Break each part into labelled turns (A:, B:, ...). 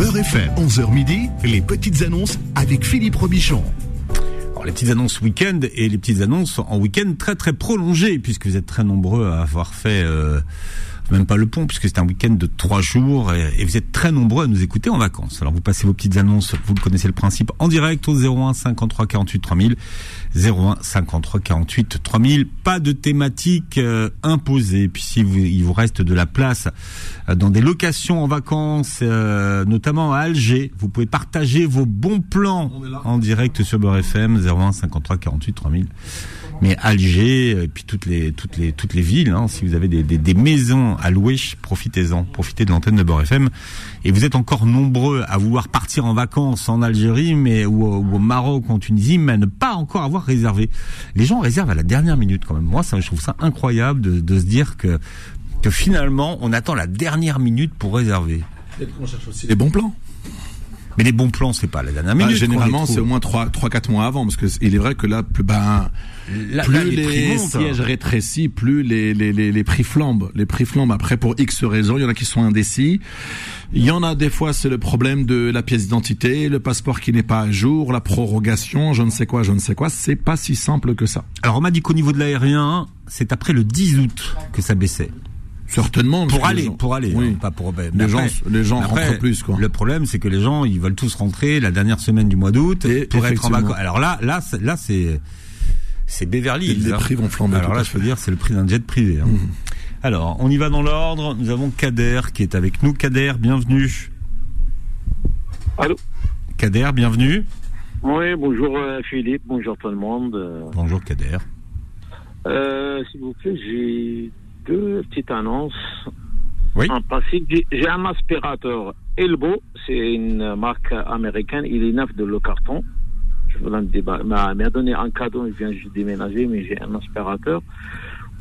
A: Heure FM, 11h midi, les petites annonces avec Philippe Robichon.
B: Alors, les petites annonces week-end et les petites annonces en week-end très très prolongées puisque vous êtes très nombreux à avoir fait euh, même pas le pont puisque c'est un week-end de trois jours et, et vous êtes très nombreux à nous écouter en vacances. Alors vous passez vos petites annonces, vous le connaissez le principe en direct au 01 53 48 3000 01 53 48 3000. Pas de thématique euh, imposée. Puis si vous, il vous reste de la place euh, dans des locations en vacances, euh, notamment à Alger, vous pouvez partager vos bons plans en direct sur Beurre FM 01 53 48 3000 mais Alger, et puis toutes les toutes les toutes les villes. hein. si vous avez des, des- des maisons à louer, profitez-en, profitez de l'antenne de Bord FM. Et vous êtes encore nombreux à vouloir partir en vacances en Algérie, mais ou, au- ou au Maroc, en Tunisie, mais à ne pas encore avoir réservé. Les gens réservent à la dernière minute quand même. Moi, ça, je trouve ça incroyable de, de se dire que que finalement, on attend la dernière minute pour réserver.
C: C'est des bons plans.
B: Mais les bons plans, c'est pas la
C: Bah,
B: dernière minute. qu'on les
C: généralement,
B: trouve.
C: c'est au moins 3 trois quatre mois avant, parce que c- il est vrai que là, plus, ben,
B: Là-
C: plus
B: là, les
C: les,
B: prix montent.
C: sièges rétrécis, plus les, les, les, les prix flambent. Les prix flambent. Après, pour X raisons, il y en a qui sont indécis. Il y en a des fois, c'est le problème de la pièce d'identité, le passeport qui n'est pas à jour, la prorogation, je ne sais quoi, je ne sais quoi. C'est pas si simple que ça.
B: Alors on m'a dit qu'au niveau de l'aérien, c'est après le 10 août que ça baissait.
C: Certainement. parce
B: Pour
C: que
B: aller,
C: les gens-
B: pour aller,
C: Oui.
B: hein, pas pour. ben,
C: Les
B: mais
C: gens- les gens
B: mais
C: rentrent plus, quoi.
B: Le problème, c'est que les gens, ils veulent tous rentrer la dernière semaine du mois d'août
C: Et
B: pour être en
C: effectivement.
B: vacances. Alors là, là, c'est- là, c'est c'est Beverly.
C: Les
B: Hills, hein.
C: prix vont flamber,
B: Alors
C: tout
B: là,
C: à Mhm.
B: je peux dire, c'est le prix d'un jet privé. hein. Alors, on y va dans l'ordre. Nous avons Kader qui est avec nous. Kader, bienvenue.
D: Allô
B: Kader, bienvenue.
D: Oui, bonjour euh, Philippe, bonjour tout le monde. Euh,
B: Bonjour Kader.
D: Euh, S'il vous plaît, j'ai deux petites annonces.
B: Oui.
D: En principe, j'ai j'ai un aspirateur Elbow, c'est une marque américaine, il est neuf de le carton. Je vous l'en débat. m'a m'a donné un cadeau, je viens juste déménager, mais j'ai un aspirateur.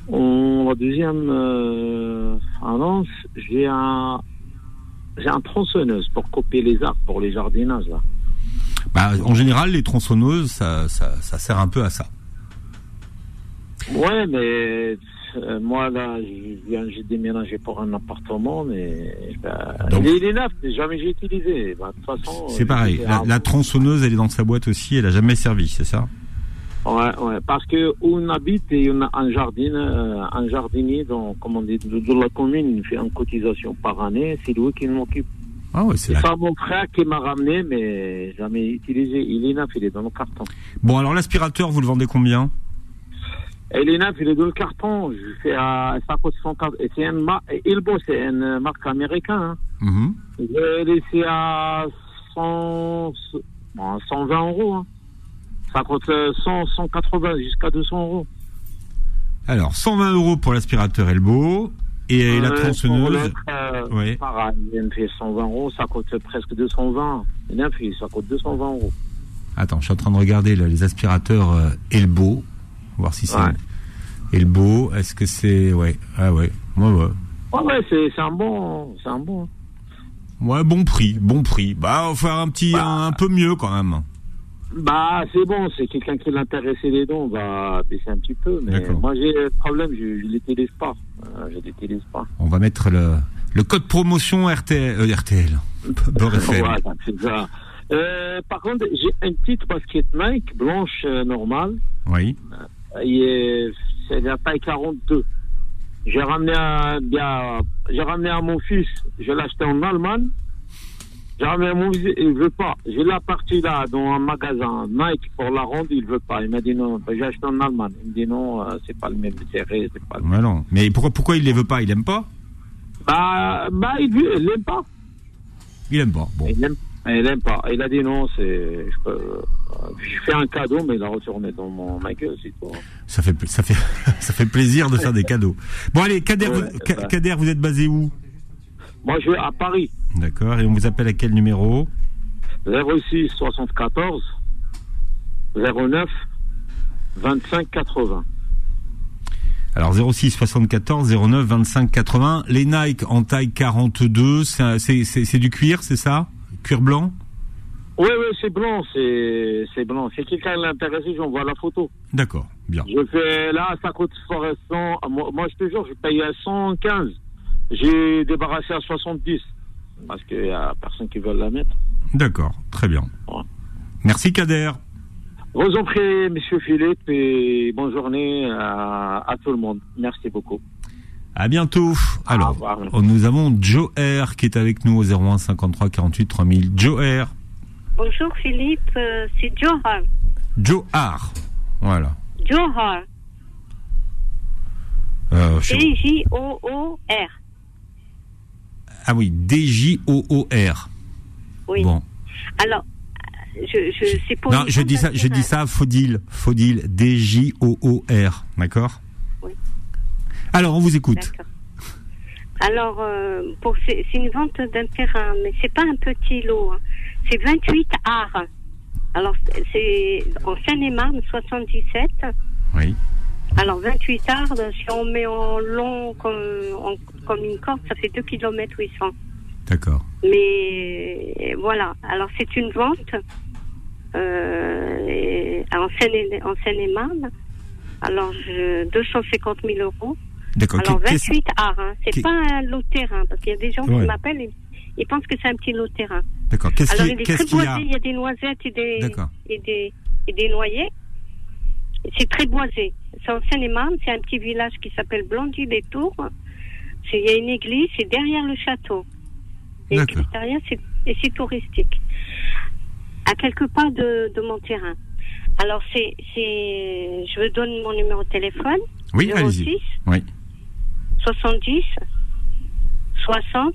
D: On, la deuxième euh, annonce, j'ai un j'ai un tronçonneuse pour couper les arbres pour les jardinages là.
B: Bah, en général, les tronçonneuses, ça, ça, ça sert un peu à ça.
D: Ouais, mais euh, moi là, je viens j'ai déménagé pour un appartement, mais bah,
B: Donc-
D: il, est, il est neuf, mais jamais j'ai utilisé. Bah, de toute façon,
B: C'est
D: euh,
B: pareil.
D: j'étais
B: La,
D: à-
B: la tronçonneuse, elle est dans sa boîte aussi. Elle a jamais servi, c'est ça
D: Ouais, ouais, parce que où on habite et on a un jardin, euh, un jardinier dans comment dire, de, de la commune, il fait une cotisation par année. C'est lui qui m'occupe.
B: Ah ouais, c'est
D: C'est
B: la
D: pas mon frère qui m'a ramené, mais jamais utilisé. Il est neuf, il est dans le carton.
B: Bon, alors l'aspirateur, vous le vendez combien
D: Et les neuf, il est dans le carton. Je fais à, ça coûte 140. Et c'est un, ma- Ilbo, c'est une marque américaine. Hein.
B: Mhm.
D: J'ai laissé à 100, bon, 120 euros. hein. Ça coûte euh, 100, 180 jusqu'à 200 euros.
B: Alors, 120 euros pour l'aspirateur Elbow et la
D: Euh, pour
B: tronçonneuse.
D: l'autre, euh,
B: Oui.
D: Pareil, il me fait 120 euros, ça coûte presque 220. Il me fait, ça coûte 220 euros.
B: Attends, je suis en train de regarder là, les aspirateurs euh, Elbow. Voir si c'est
D: Ouais.
B: Elbow. Est-ce que c'est ouais Ah ouais. Ouais ouais.
D: Ouais, ouais, c'est c'est un bon. C'est un bon.
B: Ouais, bon prix, bon prix. Bah, on va faire un petit un, un peu mieux quand même.
D: Bah, c'est bon, c'est quelqu'un qui l'intéressait les dons, bah, baisser un petit peu. Mais
B: D'accord.
D: moi, j'ai le problème, je ne l'utilise pas. Euh, je l'utilise pas.
B: On va mettre le le code promotion RTL euh, RTL. Beurre FM.
D: Voilà, c'est ça. Euh, par contre, j'ai une petite basket Nike blanche euh, normale.
B: Oui.
D: Il est- c'est la taille 42. J'ai ramené à, bien, j'ai ramené à mon fils. Je l'ai acheté en Allemagne. J'ai ramené à mon fils. Il veut pas. J'ai la partie là dans un magasin Nike pour la ronde. Il veut pas. Il m'a dit non. Ben, J'ai acheté en Allemagne. Il me dit non. euh, C'est pas le même serré. C'est pas. Le...
B: Ouais, Bah non. Mais pourquoi pourquoi il les veut pas Il aime pas
D: Bah, bah, il veut. Il l'aime pas.
B: Il aime pas. Bon.
D: Il aime. Il aime pas. Il a dit non. C'est. Je, peux- euh, je fais un cadeau, mais il a retourné dans mon ma gueule. C'est tout.
B: Ça fait, pla- ça fait, ça fait plaisir de faire des cadeaux. Bon, allez, Kader,
D: Ouais,
B: vous, Ka-
D: bah.
B: Kader, vous êtes basé où
D: Moi, je vais à Paris.
B: D'accord. Et on vous appelle à quel numéro
D: 06 74 09 25 80.
B: Alors 06 74 09 25 80. Les Nike en taille 42, c'est un- c'est c'est- c'est du cuir, c'est ça Cuir blanc
D: Oui, oui, c'est blanc, c'est c'est blanc. C'est quelqu'un l'intéressé, j'envoie la photo.
B: D'accord. Bien.
D: Je fais là, ça coûte fort 100. Moi, moi, je te jure, je paye à 115. J'ai débarrassé à 70. parce qu'il n'y a personne qui veut la mettre.
B: D'accord, très bien.
D: Ouais.
B: Merci Kader.
D: Vous en prie, monsieur Philippe, et bonne journée à, à tout le monde. Merci beaucoup.
B: À bientôt.
D: Au
B: Alors,
D: revoir.
B: nous avons Joe R qui est avec nous au 01 53 48 3000. Joe R.
E: Bonjour Philippe, euh, c'est Johar.
B: Joe R. Voilà.
E: Johar,
B: Euh, je-
E: D-J-O-O-R.
B: Ah oui, D-J-O-O-R.
E: Oui.
B: Bon.
E: Alors, je, je, c'est pour.
B: Non,
E: une
B: je dis ça, je
E: internationale.
B: dis ça, Faudil. Faudil, D-J-O-O-R. D'accord
E: Oui.
B: Alors, on vous écoute.
E: D'accord. Alors, euh, pour, c'est, c'est une vente d'un terrain, mais c'est pas un petit lot. hein. C'est 28 arts. Alors, c'est- c'est en Seine-et-Marne, 77.
B: Oui.
E: Alors, 28 arts, si on met en long comme, en- comme une corde, ça fait 2 km 800.
B: D'accord.
E: Mais euh, voilà, alors c'est une vente euh, et- en Seine- en Seine-et-Marne. Alors, je- 250 000 euros.
B: D'accord.
E: Alors,
B: Qu'est- qu'est-ce-
E: 28 arts, hein. c'est
B: qu'est-
E: pas un lot de terrain, parce qu'il y a des gens
B: Ouais.
E: qui m'appellent et ils pensent que c'est un petit lot de terrain.
B: D'accord. Qu'est-ce
E: Alors,
B: qui-
E: il est
B: qu'est-ce
E: très
B: qu'il y
E: boisé,
B: a
E: il y a des noisettes et des,
B: D'accord.
E: et des, et des noyers. C'est très boisé. C'est en Seine-et-Marne, c'est un petit village qui s'appelle Blandy-les-Tours. C'est- Il y a une église, c'est derrière le château. Et le
B: D'accord.
E: critérium, c'est- et c'est touristique. À quelques pas de, de mon terrain. Alors, c'est, c'est, je vous donne mon numéro de téléphone.
B: Oui,
E: Numéro
B: allez-y.
E: 6,
B: Oui.
E: 70, 60,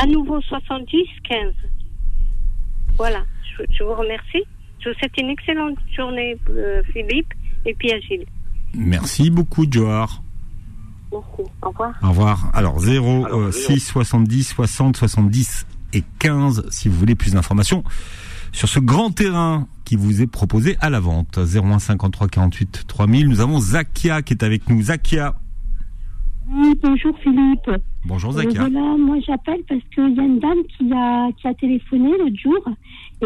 E: à nouveau 70, 15. Voilà, je, je vous remercie. Je vous souhaite une excellente journée, euh, Philippe, et puis à Gilles.
B: Merci beaucoup, Johar.
E: Beaucoup. Au revoir.
B: Au revoir. Alors, 0, euh, 6, 70, 60, 70 et 15, si vous voulez plus d'informations sur ce grand terrain qui vous est proposé à la vente. 01 53 48 3000. Nous avons Zakia qui est avec nous. Zakia.
F: Oui, bonjour Philippe.
B: Bonjour,
F: Euh,
B: Zakia.
F: voilà, moi j'appelle parce qu'il y a une dame qui a, qui a téléphoné l'autre jour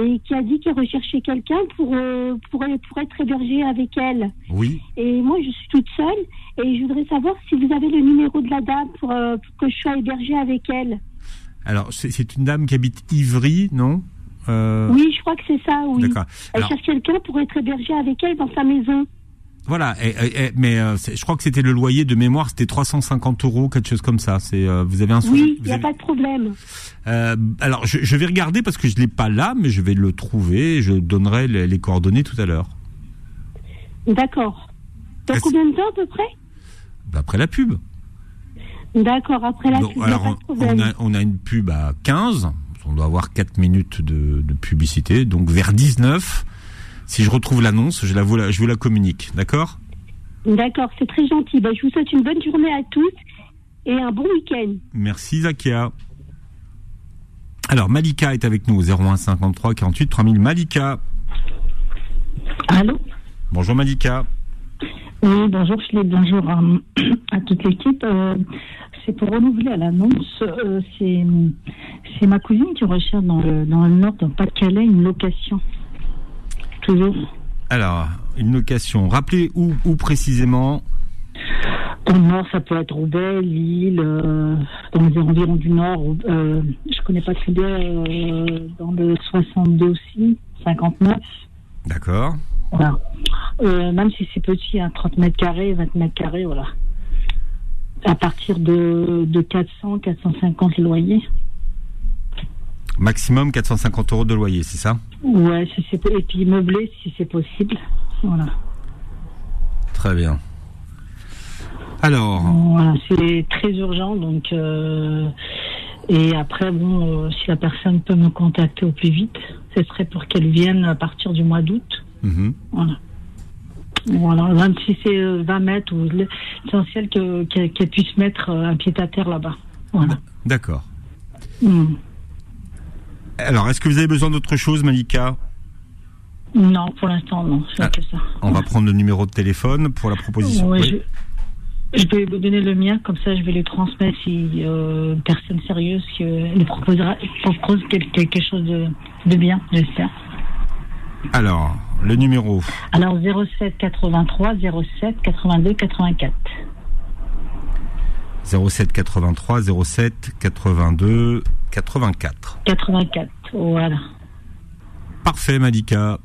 F: et qui a dit qu'elle recherchait quelqu'un pour, euh, pour, pour être hébergée avec elle.
B: Oui.
F: Et moi je suis toute seule et je voudrais savoir si vous avez le numéro de la dame pour, euh, pour que je sois hébergée avec elle.
B: Alors, c'est- c'est une dame qui habite Ivry, non Euh,
F: Oui, je crois que c'est ça, oui.
B: D'accord.
F: Elle
B: Alors,
F: cherche quelqu'un pour être hébergée avec elle dans sa maison.
B: Voilà, eh, eh, eh, mais euh, c'est- je crois que c'était le loyer de mémoire, c'était 350 euros, quelque chose comme ça. C'est, euh, vous avez un souci
F: Oui, il
B: vous
F: n'y a
B: avez-
F: pas de problème.
B: Euh, Alors, je, je vais regarder parce que je l'ai pas là, mais je vais le trouver. et Je donnerai les, les coordonnées tout à l'heure.
F: D'accord. Dans
B: Est-ce-
F: combien de temps à peu près
B: Après la pub.
F: D'accord, après la
B: Donc,
F: suite, il n'y Bah, a
B: alors,
F: pas de
B: on-
F: problème.
B: on a, on a une pub à 15. On doit avoir 4 minutes de, de publicité. Donc, vers 19, si je retrouve l'annonce, je, la vous la- je vous la communique. D'accord
F: D'accord, c'est très gentil. Ben, je vous souhaite une bonne journée à tous et un bon week-end.
B: Merci Zakia. Alors Malika est avec nous au 01 53 48 3000. Malika.
G: Allô
B: Bonjour Malika.
G: Oui, bonjour Philippe, bonjour à, à toute l'équipe. Euh, c'est pour renouveler à l'annonce. euh, c'est, c'est ma cousine qui recherche dans le, dans le Nord, dans le Pas-de-Calais, une location. Toujours
B: Alors, une location. Rappelez où, où précisément
G: Dans le Nord, ça peut être Roubaix, Lille, euh, dans les environs du Nord. Euh, je connais pas très bien, euh, dans le 62 aussi, 59.
B: D'accord.
G: Voilà. Euh, même si c'est petit, hein, 30 mètres carrés, 20 mètres carrés, voilà. À partir de, de 400, 450 le loyer.
B: Maximum 450 euros de loyer, c'est ça
G: Ouais, si c'est, et puis meublé si c'est possible. Voilà.
B: Très bien. Alors,
G: Voilà, c'est très urgent, donc. euh, et après, bon, euh, si la personne peut me contacter au plus vite, ce serait pour qu'elle vienne à partir du mois d'août.
B: mhm.
G: Voilà. Voilà, même si c'est euh, 20 mètres, ou l- l'essentiel que, qu'elle, qu'elle puisse mettre euh, un pied à terre là-bas. Voilà.
B: d'accord.
G: Mm.
B: Alors, est-ce que vous avez besoin d'autre chose, Malika
G: Non, pour l'instant, non, c'est
B: Ah,
G: que ça.
B: On va prendre le numéro de téléphone pour la proposition.
G: Ouais,
B: Oui.
G: je, je vais vous donner le mien, comme ça je vais le transmettre si euh, une personne sérieuse qui, euh, nous proposera, propose quel- quelque chose de, de bien, j'espère.
B: Alors, le numéro.
G: Alors 07 83 07 82 84.
B: 07 83 07 82 84.
G: 84, voilà.
B: Parfait, Malika.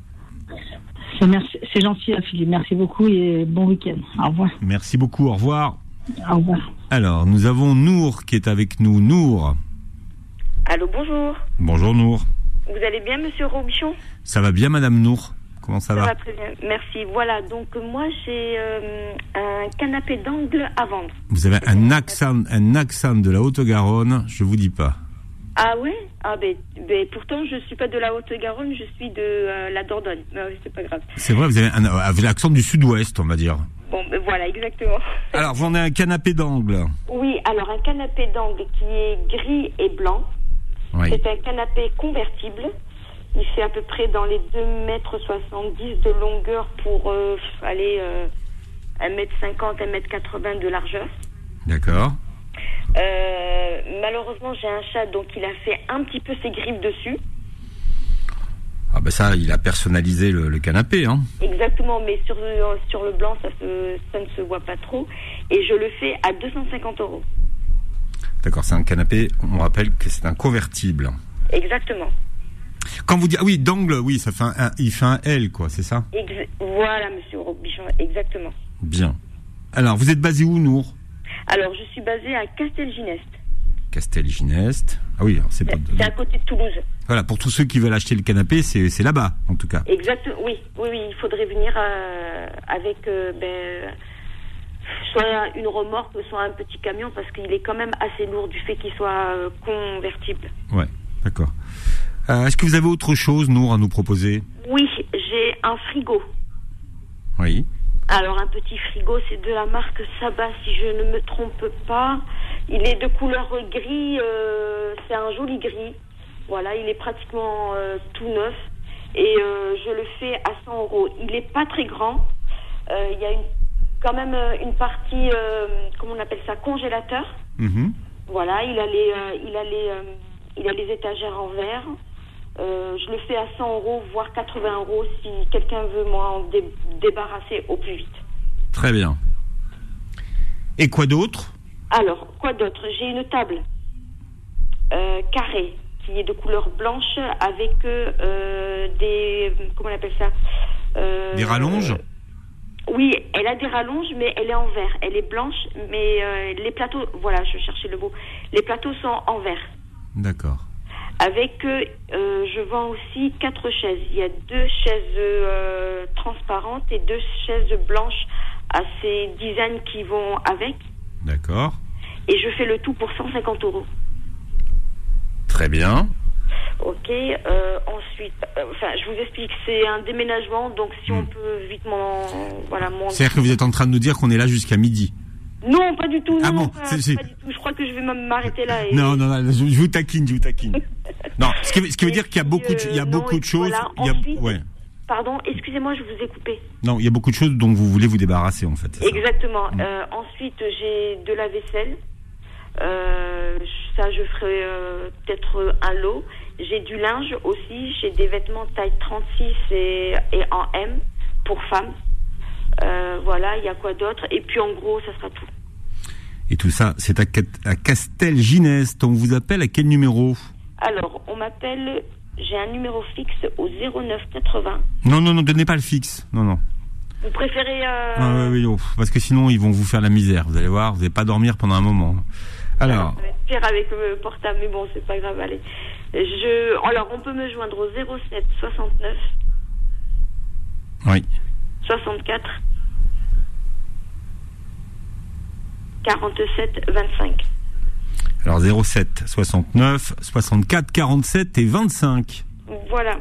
G: C'est merci- c'est gentil, hein, Philippe. Merci beaucoup et bon week-end. Au revoir.
B: Merci beaucoup, au revoir.
G: Au revoir.
B: Alors, nous avons Nour qui est avec nous. Nour.
H: Allô, bonjour.
B: Bonjour, Nour.
H: Vous allez bien, monsieur Robichon
B: Ça va bien, Madame Nour Comment ça, va
H: très bien. Merci. Voilà, donc euh, moi, j'ai euh, un canapé d'angle à vendre.
B: Vous avez un accent, un accent de la Haute-Garonne, je vous dis pas.
H: Ah ouais Ah, ben, ben, pourtant, je suis pas de la Haute-Garonne, je suis de euh, la Dordogne. Non, c'est pas grave.
B: C'est vrai, vous avez un euh, avec l'accent du sud-ouest, on va dire.
H: Bon, ben, voilà, exactement.
B: Alors, j'en ai un canapé d'angle.
H: Oui, alors un canapé d'angle qui est gris et blanc.
B: Oui.
H: C'est un canapé convertible. Il fait à peu près dans les 2,70 mètres de longueur pour euh, aller euh, 1m50, 1m80 de largeur.
B: D'accord.
H: Euh, malheureusement, j'ai un chat, donc il a fait un petit peu ses griffes dessus.
B: Ah ben ça, il a personnalisé le, le canapé, hein.
H: Exactement, mais sur, euh, sur le blanc, ça, se- ça ne se voit pas trop. Et je le fais à 250 euros.
B: D'accord, c'est un canapé, on rappelle que c'est un convertible.
H: Exactement.
B: Quand vous dites, ah oui, d'angle, oui, ça fait un, un- il fait un L, quoi, c'est ça
H: Ex- voilà, monsieur Robichon, exactement.
B: Bien. Alors, vous êtes basé où, Nour
H: Alors, je suis basée à Castelginest.
B: Castelginest. Ah oui, alors c'est pas...
H: C'est à côté de Toulouse.
B: Voilà, pour tous ceux qui veulent acheter le canapé, c'est c'est là-bas, en tout cas.
H: Exact, oui, oui, oui, il faudrait venir euh, avec euh, ben, soit une remorque, soit un petit camion, parce qu'il est quand même assez lourd du fait qu'il soit euh, convertible.
B: Ouais, d'accord. Euh, Est-ce que vous avez autre chose, Nour, à nous proposer
H: Oui, j'ai un frigo.
B: Oui.
H: Alors un petit frigo, c'est de la marque Saba, si je ne me trompe pas. Il est de couleur gris, euh, c'est un joli gris. Voilà, il est pratiquement euh, tout neuf et euh, je le fais à 100 euros. Il n'est pas très grand. Euh, Il y a une, quand même euh, une partie, euh, comment on appelle ça, congélateur.
B: Mhm.
H: Voilà, il a les, euh, il a les, euh, il a les étagères en verre. Euh, je le fais à 100 euros, voire 80 euros si quelqu'un veut m'en dé- débarrasser au plus vite.
B: Très bien. Et quoi d'autre
H: Alors, quoi d'autre J'ai une table euh, carrée qui est de couleur blanche avec euh, euh, des. Comment on appelle ça Euh,
B: Des rallonges
H: Oui, elle a des rallonges, mais elle est en verre. Elle est blanche, mais euh, les plateaux. Voilà, je cherchais le mot. Les plateaux sont en verre.
B: D'accord.
H: Avec, euh, euh, je vends aussi quatre chaises. Il y a deux chaises euh, transparentes et deux chaises blanches à ces designs qui vont avec.
B: D'accord.
H: Et je fais le tout pour 150 euros.
B: Très bien.
H: Ok, euh, ensuite, euh, enfin, je vous explique, c'est un déménagement, donc si
B: Hmm.
H: on peut vite m'en. Voilà, m'en-
B: C'est-à-dire que vous êtes en train de nous dire qu'on est là jusqu'à midi.
H: Non, pas du tout,
B: Ah
H: non,
B: bon,
H: pas,
B: c'est- c'est-
H: pas du tout. Je crois que je vais même m'arrêter là. Et...
B: Non, non, non, je, je vous taquine, je vous taquine. Non, ce qui, veut- ce qui veut dire qu'il y a beaucoup de, il y a
H: Euh, non,
B: beaucoup de
H: et
B: choses.
H: voilà,
B: il y a-
H: ensuite-
B: ouais.
H: Pardon, excusez-moi, je vous ai coupé.
B: Non, il y a beaucoup de choses dont vous voulez vous débarrasser, en fait. c'est ça Hmm.
H: Exactement. Euh, ensuite, j'ai de la vaisselle. Euh, ça, je ferai euh, peut-être un lot. J'ai du linge aussi. J'ai des vêtements taille 36 et, et en M pour femmes. Euh, voilà, il y a quoi d'autre Et puis en gros, ça sera tout.
B: Et tout ça, c'est à, Cat- à Castelginest. On vous appelle à quel numéro
H: Alors, on m'appelle, j'ai un numéro fixe au 09 80.
B: Non, non, non, donnez pas le fixe. Non, non.
H: Vous préférez... euh,
B: Ah, oui, oui, oh, parce que sinon, ils vont vous faire la misère. Vous allez voir, vous n'allez pas dormir pendant un moment. Alors,
H: Ça va être pire avec le portable, mais bon, c'est pas grave, allez. Je... Alors, on peut me joindre au 07 69
B: oui.
H: 64 47 25.
B: Alors 07 69 64 47 et 25.
H: Voilà.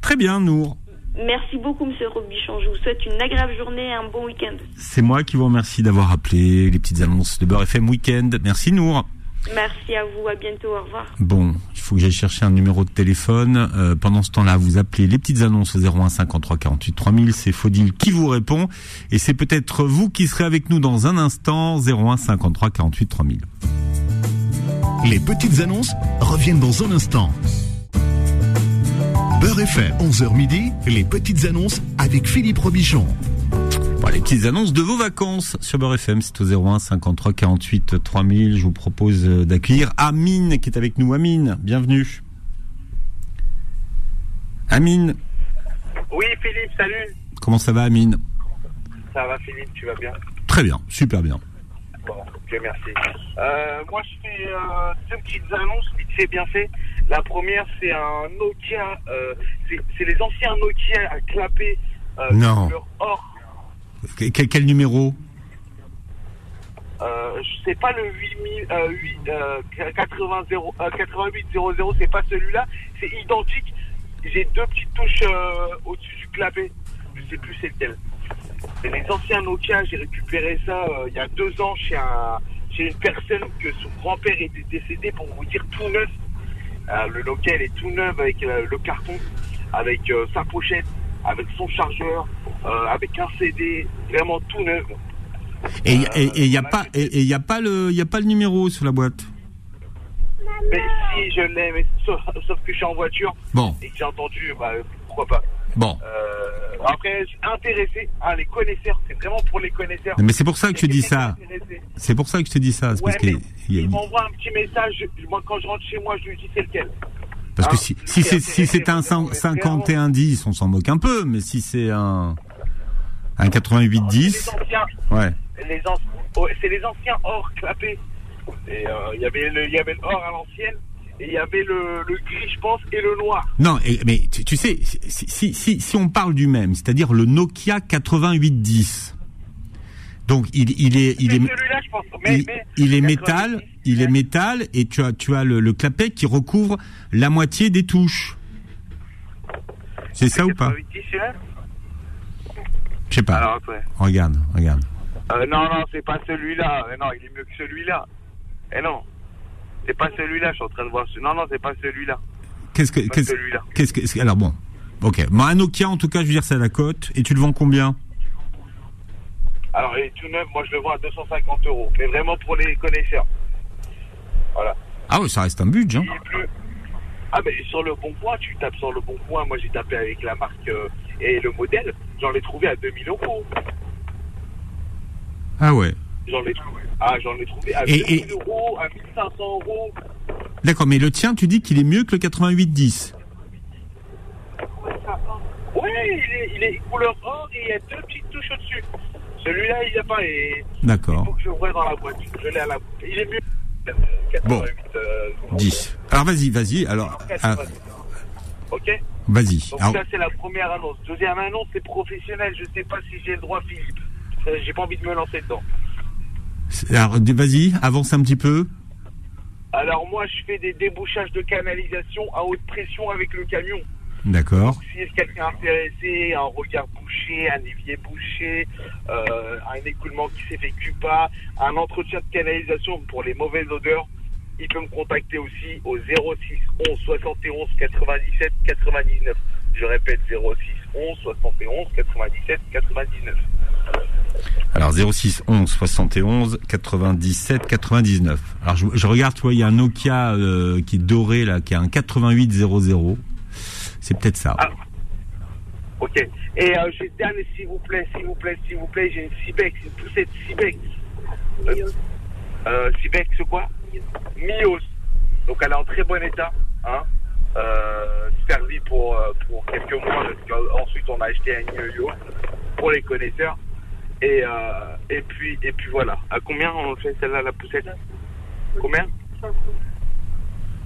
B: Très bien, Nour.
H: Merci beaucoup, monsieur Robichon. Je vous souhaite une agréable journée et un bon week-end.
B: C'est moi qui vous remercie d'avoir appelé les petites annonces de Beurre FM Weekend. Merci, Nour.
H: Merci à vous, à bientôt, au revoir.
B: Bon, il faut que j'aille chercher un numéro de téléphone. Euh, pendant ce temps-là, vous appelez les petites annonces au 01 53 48 3000. C'est Faudil qui vous répond. Et c'est peut-être vous qui serez avec nous dans un instant. 01 53 48 3000.
A: Les petites annonces reviennent dans un instant. Beurre FM, 11h midi, les petites annonces avec Philippe Robichon.
B: Bon, les petites annonces de vos vacances sur Beurre FM, c'est au 01 53 48 3000. Je vous propose euh, d'accueillir Amine qui est avec nous. Amine, bienvenue. Amine,
I: Oui, Philippe, salut.
B: comment ça va Amine
I: Ça va, Philippe, tu vas bien
B: Très bien, super bien.
I: Bon, Dieu merci. Euh, moi, je fais euh, deux petites annonces vite fait, bien fait. La première, c'est un Nokia. euh, c'est- c'est les anciens Nokia à clapper. Euh,
B: Non.
I: couleur or.
B: Que- Quel, quel numéro
I: Euh, je sais pas le 8000, euh, huit- euh, 80 zéro- euh, 8800, c'est pas celui-là. C'est identique. J'ai deux petites touches euh, au-dessus du clapet. Je sais plus c'est lequel. C'est les anciens Nokia. J'ai récupéré ça euh, il y a deux ans chez, un, chez une personne que son grand-père était décédé pour vous dire tout neuf. Euh, le Nokia, il est tout neuf avec euh, le carton, avec euh, sa pochette, avec son chargeur, euh, avec un CD, vraiment tout neuf.
B: Et
I: Bah,
B: il n'y a, pas- et- et y a, pas le- y a pas le numéro sur la boîte.
I: Mais si, je l'ai, mais sauf, sauf que je suis en voiture
B: Bon,
I: et que j'ai entendu, bah, pourquoi pas.
B: bon.
I: Euh, après, je suis intéressé, hein, les connaisseurs, c'est vraiment pour les connaisseurs.
B: Mais c'est pour ça que je te dis ça.
I: Il y a quelqu'un qui est intéressé.
B: C'est pour ça que je te dis ça. c'est
I: Ouais,
B: parce que,
I: mais
B: il y a-
I: il m'envoie un petit message, je- moi quand je rentre chez moi, je lui dis c'est lequel.
B: parce que
I: hein,
B: si,
I: lui
B: si
I: qui est
B: c'est si
I: intéressé,
B: c'est un
I: vraiment, mais
B: 51 10, on s'en moque un peu. Mais si c'est un, un 88 10,
I: C'est les anciens,
B: ouais.
I: les anci- ouais, c'est les anciens or clapés. Et euh, il y avait le, il y avait le or à l'ancienne, et il y avait le, le gris, je pense, et le noir.
B: Non, et- mais tu, tu sais, si, si, si, si on parle du même, c'est-à-dire le Nokia 8810. Donc il, il est il
I: C'est
B: est
I: celui-là, je pense. Mais,
B: il,
I: mais-
B: il est
I: 90,
B: métal, il est métal et tu as tu as le, le clapet qui recouvre la moitié des touches. C'est ça ou pas
I: 88, c'est là
B: Je sais pas.
I: Alors, ouais.
B: Regarde, regarde.
I: Euh, non, non, c'est pas celui-là. Euh, non, il est mieux que celui-là. Eh non. C'est pas celui-là, je suis en train de voir. ce- Non, non, c'est pas celui-là.
B: Qu'est-ce que
I: Pas
B: qu'est-ce
I: celui-là.
B: qu'est-ce que alors bon. OK. Bon, un Nokia en tout cas, je veux dire c'est à la cote et tu le vends combien
I: Alors, il est tout neuf, moi je le vois à 250 euros. Mais vraiment pour les connaisseurs. Voilà.
B: Ah oui, ça reste un budget hein.
I: Il est plus. Ah, mais sur le bon point, tu tapes sur le bon point. Moi j'ai tapé avec la marque euh, et le modèle. J'en ai trouvé à 2000 euros.
B: Ah ouais.
I: J'en ai trouvé. Ah, j'en ai trouvé à
B: Et-
I: 2000
B: et-
I: euros, à 1500 euros.
B: D'accord, mais le tien, tu dis qu'il est mieux que le 8810.
I: Oui, il est, il est couleur or et il y a deux petites touches au-dessus. Celui-là, il n'y a pas. Et... Il faut
B: D'accord.
I: que je l'ouvre dans la boîte. Je l'ai à la boîte. Il est mieux.
B: Bon.
I: 88, euh,
B: 10. Alors vas-y, vas-y. Alors ah,
I: Ok
B: vas-y.
I: Donc
B: Alors,
I: ça, c'est la première annonce. Deuxième annonce, c'est professionnel. Je sais pas si j'ai le droit, Philippe. Euh, J'ai pas envie de me lancer dedans.
B: alors, vas-y, avance un petit peu.
I: Alors moi, je fais des débouchages de canalisation à haute pression avec le camion.
B: D'accord.
I: Si quelqu'un est intéressé, un regard bouché, un évier bouché, euh, un écoulement qui s'effectue pas, un entretien de canalisation pour les mauvaises odeurs, il peut me contacter aussi au 06 11 71 97 99. Je répète 06 11 71 97 99.
B: Alors 06 11 71 97 99. Alors je, je regarde, tu vois, il y a un Nokia euh, qui est doré là, qui a un 8800. C'est peut-être ça.
I: Ah. Ok. Et euh, j'ai le dernier, s'il vous plaît, s'il vous plaît, s'il vous plaît, j'ai une Cibex, une poussette Cibex. Euh, euh, Cibex quoi Mios. Donc elle est en très bon état, hein. Euh, servie pour, euh, pour quelques mois, parce qu'ensuite on a acheté un yo-yo pour les connaisseurs. Et, euh, et, puis, et puis voilà. À combien on fait celle-là, la poussette Combien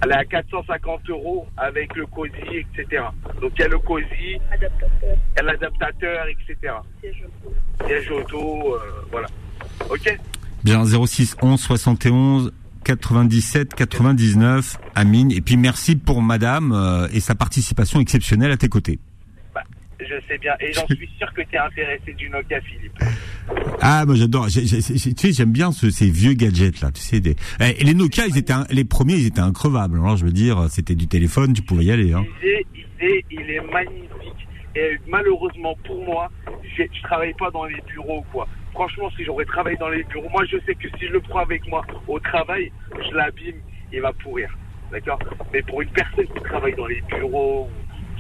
I: elle est à 450 euros avec le COSI, etc. Donc il y a le COSI, il y a l'adaptateur, etc. Piège auto, euh, voilà. Ok
B: Bien 06 11 71 97 99 Amine et puis merci pour madame euh, et sa participation exceptionnelle à tes côtés.
I: Je sais bien. Et j'en suis sûr que tu es intéressé du Nokia, Philippe.
B: Ah, moi j'adore. J'ai- j'ai- j'ai- Tu sais, j'aime bien ce- ces vieux gadgets là. Tu sais, des... Eh, les Nokia, ils étaient un- les premiers, ils étaient increvables. Alors je veux dire, c'était du téléphone, tu pouvais y aller. Hein.
I: Il est, il est, il est magnifique. Et malheureusement pour moi, j'ai- je travaille pas dans les bureaux, quoi. Franchement, si j'aurais travaillé dans les bureaux, moi je sais que si je le prends avec moi au travail, je l'abîme, il va pourrir. D'accord Mais pour une personne qui travaille dans les bureaux,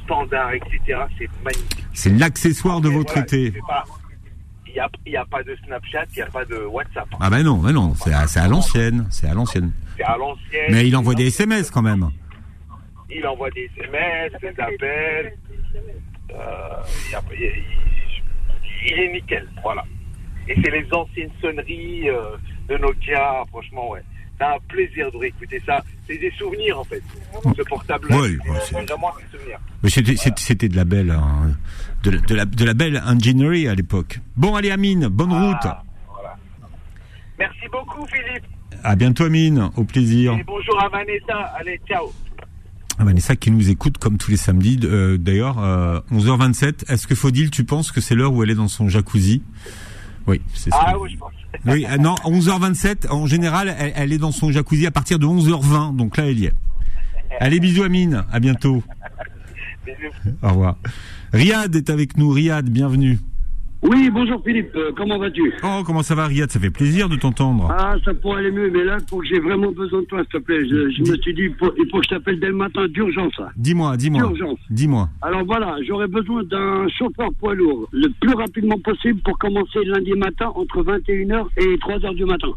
I: standard, etc., c'est magnifique.
B: C'est l'accessoire de
I: Mais
B: votre
I: voilà,
B: été.
I: c'est pas- Il n'y a, il y a pas de Snapchat, il n'y a pas de WhatsApp.
B: Ah ben non, ben non, c'est à, c'est à l'ancienne, c'est à l'ancienne.
I: C'est à l'ancienne.
B: Mais il envoie des SMS quand même.
I: Il envoie des SMS, des appels. Euh, il, y a- il y a- il est nickel, voilà. Et c'est les anciennes sonneries euh, de Nokia, franchement, ouais. C'est un plaisir de réécouter ça. C'est des souvenirs, en fait. Ce portable-là,
B: Ouais, ouais,
I: c'est
B: c'est-
I: vraiment des souvenirs.
B: Mais c'était, c'était- c'était de la belle, hein, de, la- de la, de la belle ingénierie à l'époque. Bon, allez Amine, bonne route.
I: Merci beaucoup, Philippe.
B: À bientôt Amine, au plaisir.
I: Et bonjour à Vanessa. Allez, ciao.
B: Ah, Vanessa qui nous écoute comme tous les samedis. de- euh, D'ailleurs, euh, 11h27. Est-ce que Faudil, tu penses que c'est l'heure où elle est dans son jacuzzi Oui, c'est ça.
I: Ah oui, je pense.
B: Oui, euh, non, 11h27. En général, elle, elle est dans son jacuzzi à partir de 11h20. Donc là, elle y est. Allez, bisous Amine. À bientôt. Au revoir. Riyad est avec nous. Riyad, bienvenue.
J: Oui, bonjour Philippe, euh, comment vas-tu
B: Oh, comment ça va Riyad Ça fait plaisir de t'entendre.
J: Ah, ça pourrait aller mieux, mais là, pour que j'ai vraiment besoin de toi, s'il te plaît, je, je me suis dit, il faut, il faut que je t'appelle dès le matin, d'urgence. là.
B: Dis-moi, dis-moi.
J: D'urgence.
B: Dis-moi.
J: Alors voilà, j'aurais besoin d'un chauffeur poids lourd, le plus rapidement possible pour commencer lundi matin entre 21h et 3h du matin.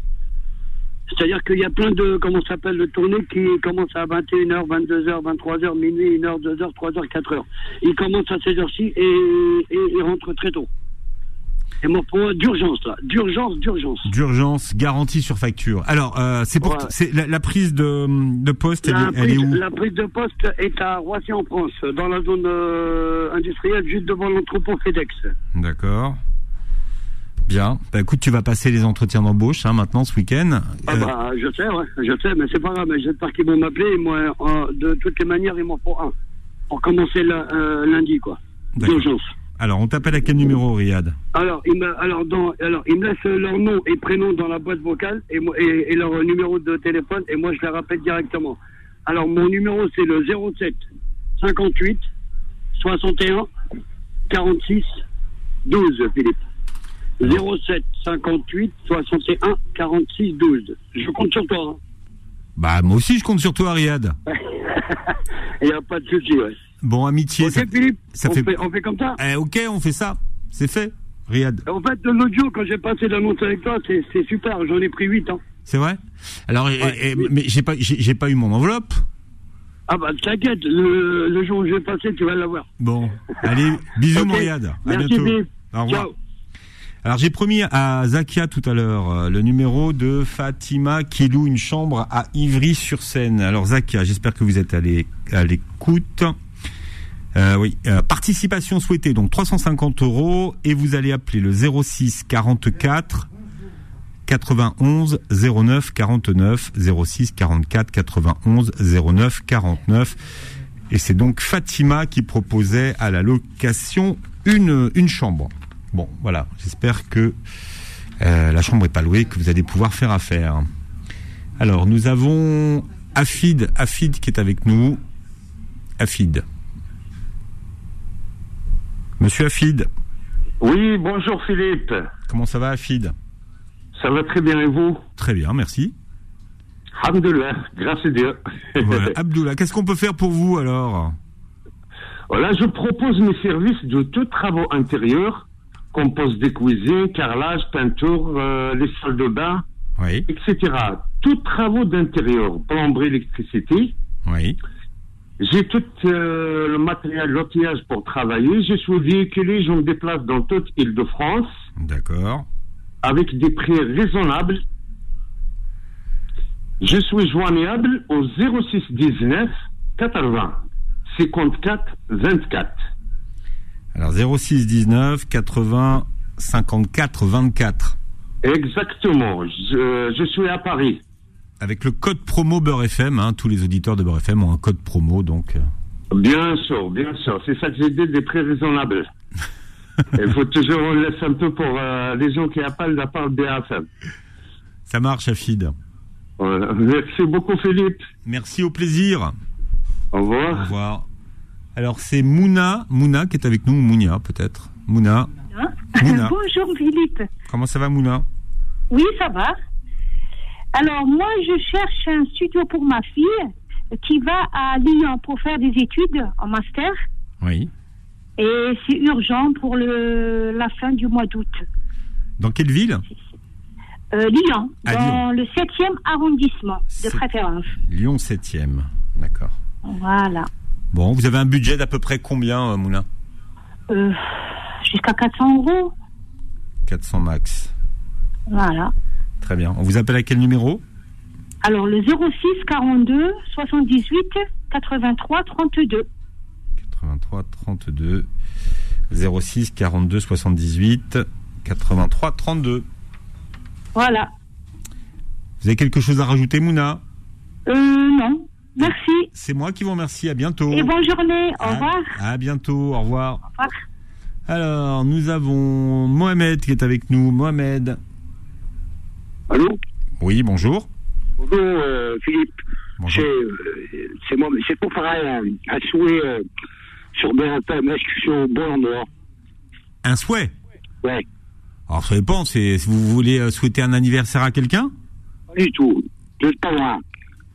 J: C'est-à-dire qu'il y a plein de, comment ça s'appelle, de tournées qui commencent à 21h, 22h, 23h, minuit, 1h, 2h, 3h, 4h. Ils commencent à ces heures-ci et, et ils rentrent très tôt. Et moi, pour moi, d'urgence, là, d'urgence, d'urgence.
B: D'urgence, garantie sur facture. Alors, euh, c'est pour
J: Ouais.
B: c'est la, la prise de, de poste, elle,
J: La
B: est- elle est
J: prise-
B: où
J: La prise de poste est à Roissy en France, dans la zone euh, industrielle, juste devant l'entrepôt FedEx.
B: D'accord. Bien. Bah, écoute, tu vas passer les entretiens d'embauche hein, maintenant ce week-end.
J: Ah bah, je sais, ouais, je sais, mais c'est pas grave. mais J'espère qu'ils vont m'appeler. et Moi, euh, de toutes les manières, ils m'en font un. Pour commencer le- euh, lundi, quoi.
B: D'accord.
J: D'urgence.
B: Alors, on t'appelle à quel numéro, Riyad
J: Alors, ils me, alors, dans, alors, ils me laissent leur nom et prénom dans la boîte vocale et, moi- et, et leur numéro de téléphone et moi, je les rappelle directement. Alors, mon numéro, c'est le 07 58 61 46 12, Philippe. 07 58 61 46 12. Je compte sur toi. hein.
B: Bah, moi aussi, je compte sur toi, Riyad.
J: Il n'y a pas de souci, ouais.
B: Bon, amitié.
J: Ok,
B: ça-
J: Philippe,
B: ça
J: on,
B: fait-
J: fait... on fait comme ça
B: Eh, ok, on fait ça. C'est fait, Riyad.
J: En fait, l'autre jour, quand j'ai passé l'annonce avec toi, c'est c'est super, j'en ai pris hein. 8 ans.
B: C'est vrai Alors, eh, eh, mais j'ai pas, j'ai j'ai pas eu mon enveloppe.
J: Ah bah t'inquiète, le, le jour où je vais passer, tu vas l'avoir.
B: Bon, allez, bisous,
J: Ok.
B: mon Riyad. À
J: Merci,
B: bientôt.
J: Philippe.
B: Au revoir.
J: Ciao.
B: Alors j'ai promis à Zakia tout à l'heure euh, le numéro de Fatima qui loue une chambre à Ivry-sur-Seine. Alors Zakia, j'espère que vous êtes à l'é- à l'écoute. Euh, oui, euh, participation souhaitée, donc 350 euros, et vous allez appeler le 06 44 91 09 49 06 44 91 09 49 et c'est donc Fatima qui proposait à la location une une chambre. Bon, voilà, j'espère que euh, la chambre est pas louée, que vous allez pouvoir faire affaire. Alors, nous avons Afid, Afid qui est avec nous. Afid. Monsieur Afid,
K: Oui, bonjour Philippe.
B: comment ça va Afid
K: Ça va très bien et vous
B: Très bien, merci.
K: Alhamdulillah, grâce à Dieu.
B: Voilà. Abdullah, qu'est-ce qu'on peut faire pour vous alors
K: Voilà, je propose mes services de tous travaux intérieurs, comme pose des cuisines, carrelage, peinture, euh, les salles de bain,
B: Oui.
K: etc. Tous travaux d'intérieur, plomberie, électricité.
B: Oui.
K: J'ai tout euh, le matériel, l'outillage pour travailler. Je suis véhiculé, je me déplace dans toute île de France
B: D'accord.
K: avec des prix raisonnables. Je suis joignable au 06 19 80 54 24.
B: Alors 06 19 80 54 24
K: Exactement. Je, je suis à Paris.
B: avec le code promo Beurre FM. hein, tous les auditeurs de Beurre FM ont un code promo donc. euh,
K: Bien sûr, bien sûr. C'est ça que j'ai dit, des prix raisonnables. Il faut toujours on laisse un peu pour euh, les gens qui appellent la part des AFM.
B: Ça marche, Afid.
K: Voilà. Merci beaucoup, Philippe.
B: Merci, au plaisir.
K: Au revoir.
B: Au revoir. Alors c'est Mouna, Mouna qui est avec nous, Mounia peut-être. Mouna,
L: Hein
B: Mouna.
L: Bonjour Philippe.
B: comment ça va Mouna
L: Oui, ça va. Alors moi, je cherche un studio pour ma fille qui va à Lyon pour faire des études en master
B: Oui.
L: et c'est urgent pour le, la fin du mois d'août.
B: Dans quelle ville
M: Euh, Lyon,
B: À
M: dans le 7e arrondissement, de
B: C'est-
M: préférence.
B: Lyon 7e. D'accord.
M: Voilà.
B: Bon, vous avez un budget d'à peu près combien, euh, Moulin
M: Euh, Jusqu'à 400 euros.
B: 400 max.
M: Voilà.
B: Très bien. On vous appelle à quel numéro
M: Alors, le 06 42 78 83 32.
B: 83 32 06 42 78 83 32.
M: Voilà.
B: Vous avez quelque chose à rajouter, Mouna
M: Euh, non. Merci.
B: C'est moi qui vous remercie. À bientôt.
M: Et bonne journée. Au revoir.
B: À bientôt. Au revoir.
M: Au revoir.
B: Alors, nous avons Mohamed qui est avec nous. Mohamed.
K: Allô
B: Oui, bonjour.
K: Bonjour euh, Philippe. C'est euh, c'est moi, mais c'est pour faire un, un souhait euh, sur BFM. Est-ce que je suis au bon endroit
B: Un souhait
K: Ouais.
B: Alors, ça dépend. c'est- Si vous voulez euh, souhaiter un anniversaire à quelqu'un
K: Pas du tout. Je ne pas loin.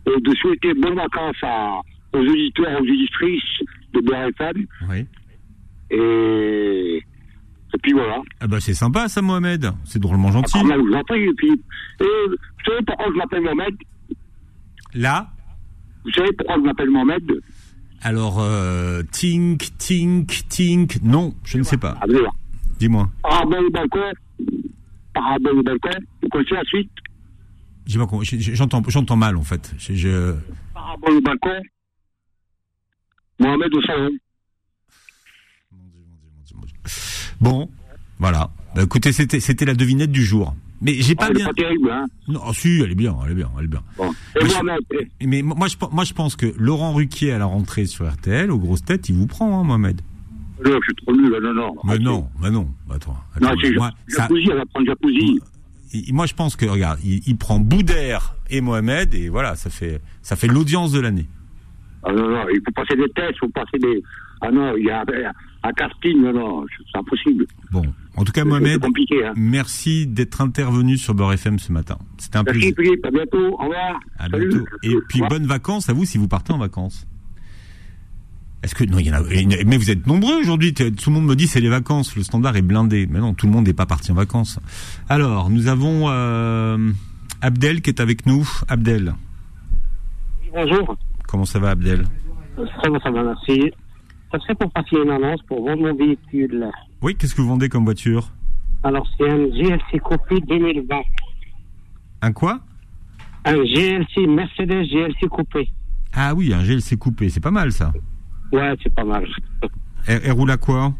K: Et Euh, de souhaiter bonnes vacances à- aux auditeurs, aux auditrices de BFM.
B: Oui.
K: Et, et puis voilà.
B: Ah bah, c'est sympa ça, Mohamed. C'est drôlement gentil.
K: Ah, là, je vous en prie, Philippe. Et vous savez pourquoi je m'appelle Mohamed
B: Là
K: Vous savez pourquoi je m'appelle Mohamed
B: Alors, euh, tink, tink, tink. Non, je ne sais pas.
K: Ah,
B: Dis-moi.
K: Parabole balcon. Parabole balcon. Vous connaissez la suite
B: J'ai pas compris. J'ai- j'ai- J'entends, j'entends mal en fait. Je, je-
K: Parabole balcon. Mohamed au salon.
B: Bon, voilà. Bah, écoutez, c'était, c'était la devinette du jour. Mais j'ai pas
K: Ah, elle est
B: bien.
K: pas terrible, hein.
B: Non, ah, si, elle est bien, elle est bien, elle est bien. Mais, je- mais moi, je, moi, je pense que Laurent Ruquier à la rentrée sur RTL, aux grosses têtes, il vous prend, hein, Mohamed.
K: Non, je suis trop nul, là, non, non. Ah,
B: Mais non, mais non. Attends.
K: Non,
B: attends,
K: c'est
B: moi, ça-
K: Jacuzzi, elle va prendre Jacuzzi.
B: il- moi, je pense que regarde, il, il prend Boudère et Mohamed et voilà, ça fait ça fait l'audience de l'année.
K: Ah non, non, il faut passer des tests, il faut passer des. Ah non, il y a un, un casting, non, non, c'est impossible.
B: Bon, en tout cas,
K: C'est-
B: Mohamed,
K: c'est compliqué, hein.
B: merci d'être intervenu sur Beurre FM ce matin. C'était un
K: Merci
B: plaisir.
K: Philippe, à bientôt, au revoir.
B: À
K: Salut.
B: bientôt. Et puis, bonnes vacances à vous si vous partez en vacances. Est-ce que non, il y en a, il y en a- mais vous êtes nombreux aujourd'hui. t- Tout le monde me dit c'est les vacances. Le standard est blindé. Mais non, tout le monde n'est pas parti en vacances. Alors, nous avons euh, Abdel qui est avec nous. Abdel,
N: Bonjour,
B: comment ça va, Abdel
N: ça va, ça va, merci. Ça serait pour passer une annonce pour vendre mon véhicule.
B: Oui, qu'est-ce que vous vendez comme voiture
N: Alors, c'est un GLC Coupé 2020.
B: Un quoi
N: Un GLC, Mercedes GLC Coupé.
B: Ah oui, un GLC coupé. C'est pas mal ça.
N: Ouais, c'est pas mal.
B: Elle, elle roule à quoi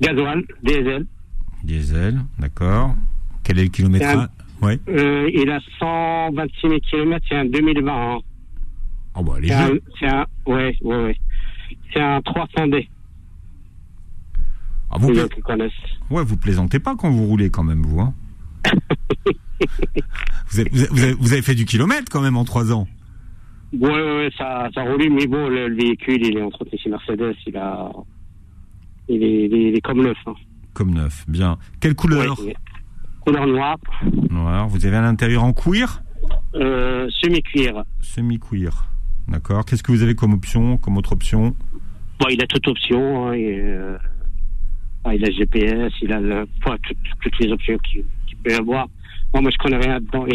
N: Gasoil, diesel.
B: Diesel, d'accord. Quel est le kilométrage Ouais.
N: Euh, il a 126 000 km, c'est un 2020. hein.
B: Oh bah, elle est
N: C'est un,
B: jeune.
N: c'est un, ouais, ouais, ouais. C'est un 300D.
B: Ah, vous,
N: Les
B: pla-
N: gens qui connaissent.
B: ouais, vous plaisantez pas quand vous roulez quand même, vous. hein. vous, avez, vous avez- vous avez- vous avez fait du kilomètre quand même en trois ans.
N: Ouais, ouais, ouais, ça, ça roule, mais bon, le, le véhicule, il est entretenu chez Mercedes, il a, il est, il est, il est comme neuf. hein.
B: Comme neuf, bien. Quelle couleur
N: Ouais, Couleur noire,
B: Noir. Vous avez un intérieur en cuir
N: euh, semi-cuir.
B: Semi-cuir. D'accord. Qu'est-ce que vous avez comme option, comme autre option
N: Bon, il a toute option. hein, et, euh, ah, il a GPS, il a le, enfin, tout- tout- toutes les options qu'il qu'il peut y avoir. Moi, moi, je connais rien dedans. et-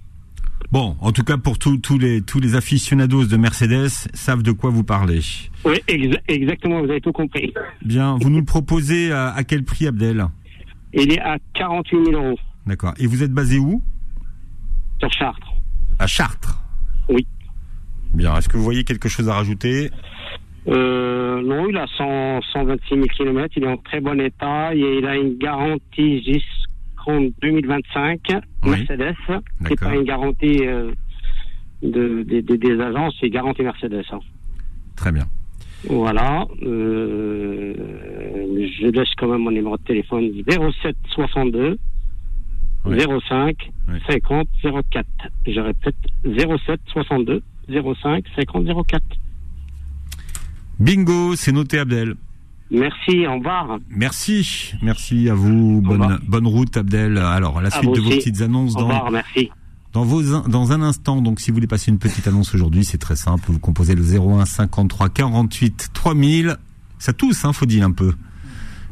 B: Bon, en tout cas, pour tous tous les, tous les aficionados de Mercedes savent de quoi vous parlez.
N: oui, exa- exactement, vous avez tout compris.
B: Bien, vous nous le proposez à, à quel prix, Abdel
N: Il est à 48 000 euros
B: D'accord. Et vous êtes basé où
N: sur Chartres.
B: À Chartres.
N: Oui.
B: Bien. Est-ce que vous voyez quelque chose à rajouter
N: Euh, non, il a 100, 126 000 km, il est en très bon état et il a une garantie jusqu'en 2025 Mercedes. C'est
B: D'accord.
N: pas une garantie euh, de, des- des- des agences, c'est garantie Mercedes. hein.
B: Très bien.
N: Voilà. euh, je laisse quand même mon numéro de téléphone 07 62 05 50 04. Je répète 07 62 05 50 04.
B: Bingo, c'est noté, Abdel.
N: Merci, au revoir.
B: Merci, merci à vous. Bonne, bonne route, Abdel. Alors, à la
N: À
B: suite
N: vous
B: de vos
N: aussi.
B: petites annonces
N: Au
B: dans,
N: revoir, merci.
B: dans, vos, in- dans un instant. Donc, si vous voulez passer une petite annonce aujourd'hui, c'est très simple. Vous composez le 01 53 48 3000. Ça tousse, hein, faut dire un peu.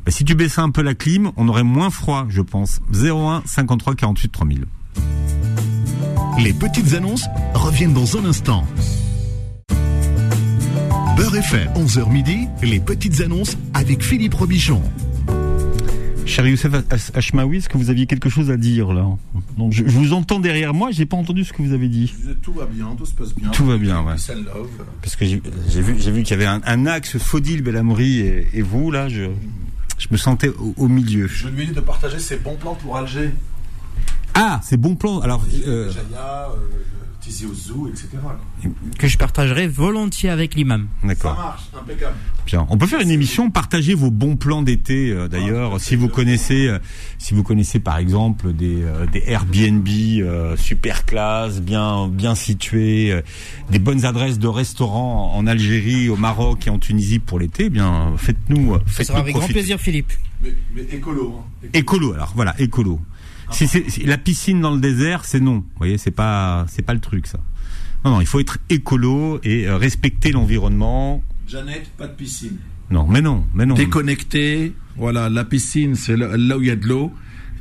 B: Bah, si tu baissais un peu la clim, on aurait moins froid, je pense. 01 53 48 3000.
A: Les petites annonces reviennent dans un instant. Beurre FM, 11h midi, les petites annonces avec Philippe Robichon.
B: Cher Youssef As- Ashmaoui, est-ce que vous aviez quelque chose à dire là Donc, je, je vous entends derrière moi, j'ai pas entendu ce que vous avez dit.
C: Tout va bien, tout se passe bien.
B: Tout va bien, ouais.
C: Peace and love.
B: Parce que j'ai j'ai vu, j'ai vu qu'il y avait un, un axe Faudil, Bellamri et, et vous là, je, je me sentais au, au milieu.
C: Je lui ai dit de partager ses bons plans pour Alger.
B: Ah, c'est bon plan. Alors, euh,
C: Jaya, euh, Tizi Ouzou, etc. quoi.
O: Que je partagerai volontiers avec l'imam.
C: Ça
B: d'accord.
C: marche, impeccable.
B: Bien. On peut faire une émission, partager vos bons plans d'été euh, d'ailleurs. si vous connaissez, euh, si vous connaissez par exemple des, euh, des Airbnb euh, super classe, bien bien situés, euh, des bonnes adresses de restaurants en Algérie, au Maroc et en Tunisie pour l'été, eh bien euh, faites-nous, euh,
O: Ce
B: faites-nous
O: sera avec grand
B: profiter.
O: plaisir, Philippe.
C: Mais, mais écolo. hein.
B: Écolo alors voilà écolo. Si c'est si la piscine dans le désert, c'est non. Vous voyez, c'est pas c'est pas le truc ça. Non non, il faut être écolo et euh, respecter l'environnement.
C: Jeannette, pas de piscine.
B: Non mais non mais non.
C: Déconnecté, voilà, la piscine, c'est là- là où il y a de l'eau.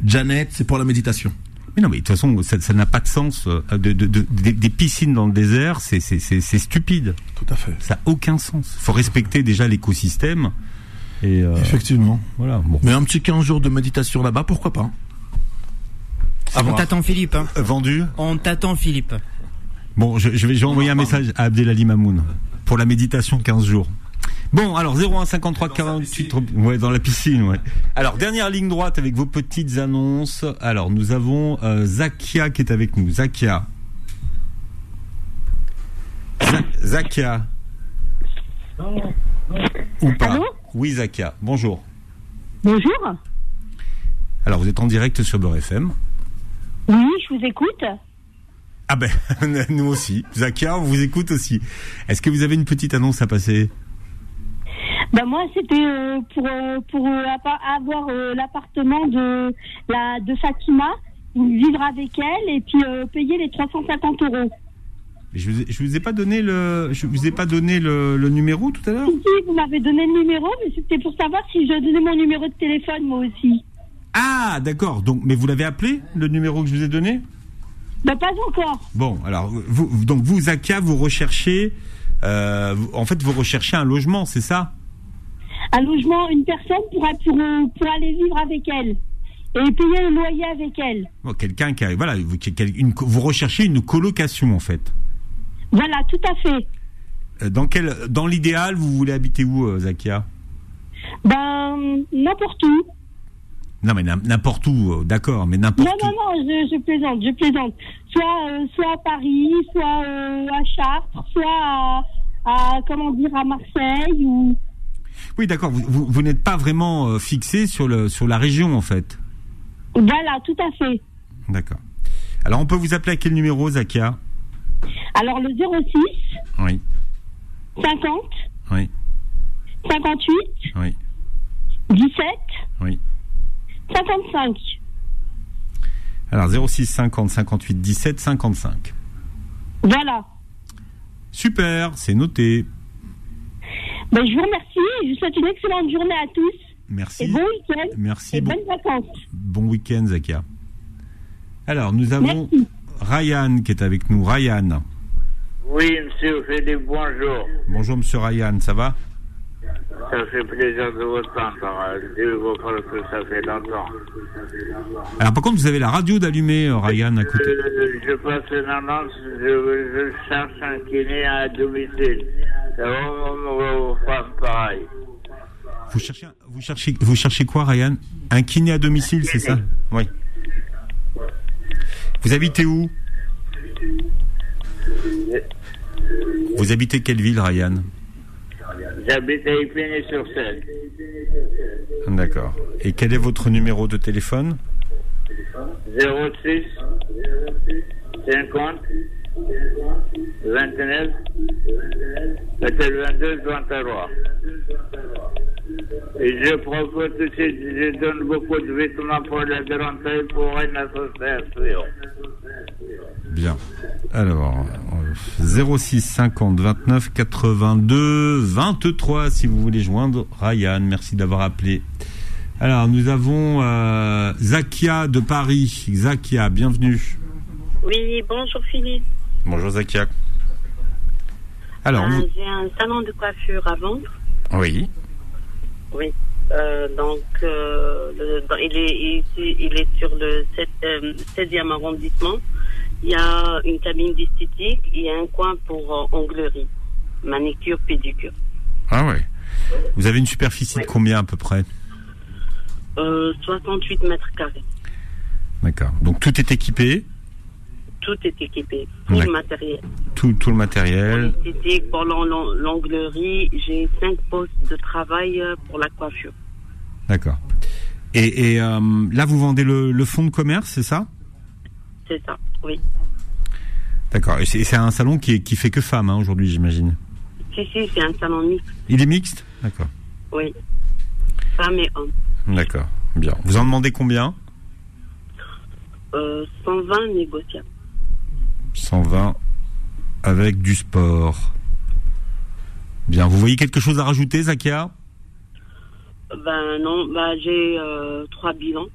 C: Jeannette, c'est pour la méditation.
B: Mais non, mais de toute façon, ça ça n'a pas de sens. euh, De, de- de- des, des piscines dans le désert, c'est c'est- c'est- c'est stupide.
C: Tout à fait.
B: Ça n'a aucun sens. faut respecter déjà l'écosystème. Et euh,
C: Effectivement.
B: Voilà. Bon.
C: Mais un petit 15 jours de méditation là-bas, pourquoi
B: hein.
C: pas
O: On t'attend, Philippe. hein.
B: Euh, Vendu
O: On t'attend, Philippe.
B: Bon, je, je vais, je vais envoyer un message à Abdelali Mamoun pour la méditation 15 jours. Bon, alors 01 53 48 ouais dans la piscine ouais. Alors dernière ligne droite avec vos petites annonces. Alors nous avons euh, Zakia qui est avec nous. Zakia. Za- Zakia ou pas Oui Zakia. Bonjour.
M: Bonjour.
B: Alors vous êtes en direct sur Beurre FM.
M: Oui, je vous écoute.
B: Ah ben nous aussi. Zakia, on vous écoute aussi. Est-ce que vous avez une petite annonce à passer
M: Ben moi, c'était euh, pour, euh, pour euh, appa- avoir euh, l'appartement de, la, de Fatima, vivre avec elle et puis euh, payer les 350 euros.
B: Je vous, ai, je vous ai pas donné le, je vous ai pas donné le, le numéro tout à l'heure.
M: Si, vous m'avez donné le numéro, mais c'était pour savoir si je donnais mon numéro de téléphone, moi aussi.
B: Ah, d'accord. Donc, mais vous l'avez appelé le numéro que je vous ai donné
M: Ben pas encore.
B: Bon, alors vous, vous- donc vous Zaka, vous recherchez, euh, vous- en fait, vous recherchez un logement, c'est ça
M: Un logement, une personne pour, pour, euh, pour aller vivre avec elle et payer le loyer avec elle.
B: Bon, Quelqu'un qui, a- voilà, vous, qui- quel- une co- vous recherchez une colocation en fait.
M: Voilà, tout à fait.
B: Euh, Dans quel, dans l'idéal, vous voulez habiter où, euh, Zakia
M: Ben, n'importe où.
B: Non, mais n'im- n'importe où, euh, d'accord, mais n'importe.
M: Non, non, non, je, je plaisante, je plaisante. Soit, euh, soit à Paris, soit euh, à Chartres, soit à, à, comment dire, à Marseille. Ou...
B: Oui, d'accord. Vous, vous, vous n'êtes pas vraiment euh, fixé sur le sur la région en fait.
M: Voilà, tout à fait.
B: D'accord. Alors, on peut vous appeler à quel numéro, Zakia
M: Alors, le 06
B: Oui.
M: 50
B: Oui.
M: 58
B: Oui.
M: 17
B: Oui.
M: 55.
B: Alors 06 50 58 17 55.
M: Voilà.
B: Super, c'est noté.
M: Ben, je vous remercie et je vous souhaite une excellente journée à tous.
B: Merci.
M: Et bon week-end.
B: Merci,
M: Et
B: bon-
M: bonnes vacances.
B: Bon week-end, Zakia. Alors, nous avons Ryan qui est avec nous. Ryan.
P: Oui, monsieur Philippe, bonjour.
B: Bonjour, monsieur Ryan, ça va
P: Ça fait plaisir de vous entendre. Dieu vous parle que ça fait longtemps.
B: Alors, par contre, vous avez la radio d'allumer, euh, Ryan, à
P: Je,
B: côté.
P: Euh, je passe une annonce, je, je cherche un kiné à domicile. Ça va, on va vous faire pareil.
B: Vous cherchez, un- vous cherchez, vous cherchez quoi, Ryan Un kiné à domicile, c'est ça Oui. Vous habitez où Vous habitez quelle ville, Ryan
P: J'habite à Épinay-sur-Seine.
B: D'accord. Et quel est votre numéro de téléphone
P: 06 50 29 82 23. Et je propose aussi, je donne beaucoup de vêtements pour la Durantaille pour une association.
B: Bien. Alors, euh, 06 50 29 82 23 si vous voulez joindre Ryan. Merci d'avoir appelé. Alors, nous avons euh, Zakia de Paris. Zakia, bienvenue.
Q: Oui, bonjour Philippe.
B: Bonjour Zakia. Alors,
Q: Euh,
B: vous-
Q: j'ai un salon de coiffure à vendre.
B: oui.
Q: Oui. Euh, donc, euh, le- dans- il, est, il, il est sur le sept- euh, 16e arrondissement. Il y a une cabine d'esthétique, il y a un coin pour euh, onglerie, manicure, pédicure.
B: Ah ouais. Vous avez une superficie de combien à peu près
Q: Euh, 68 mètres carrés.
B: D'accord. Donc tout est équipé,
Q: Tout est équipé, tout
B: Ouais.
Q: le matériel.
B: tout, tout le matériel.
Q: Esthétique, pour l'on- l'on- l'onglerie, j'ai cinq postes de travail euh, pour la coiffure.
B: D'accord. Et, et, euh, là, vous vendez le, le fonds de commerce, c'est ça
Q: C'est ça, oui.
B: D'accord. Et c'est c'est un salon qui, est- qui fait que femmes hein, aujourd'hui, j'imagine.
Q: Si, si, c'est un salon mixte,
B: Il est mixte D'accord.
Q: oui. Femme et homme.
B: D'accord. Bien. Vous en demandez combien
Q: Euh, 120 négociables.
B: 120 avec du sport. Bien. Vous voyez quelque chose à rajouter, Zakia
Q: Ben non, ben j'ai euh, trois bilans.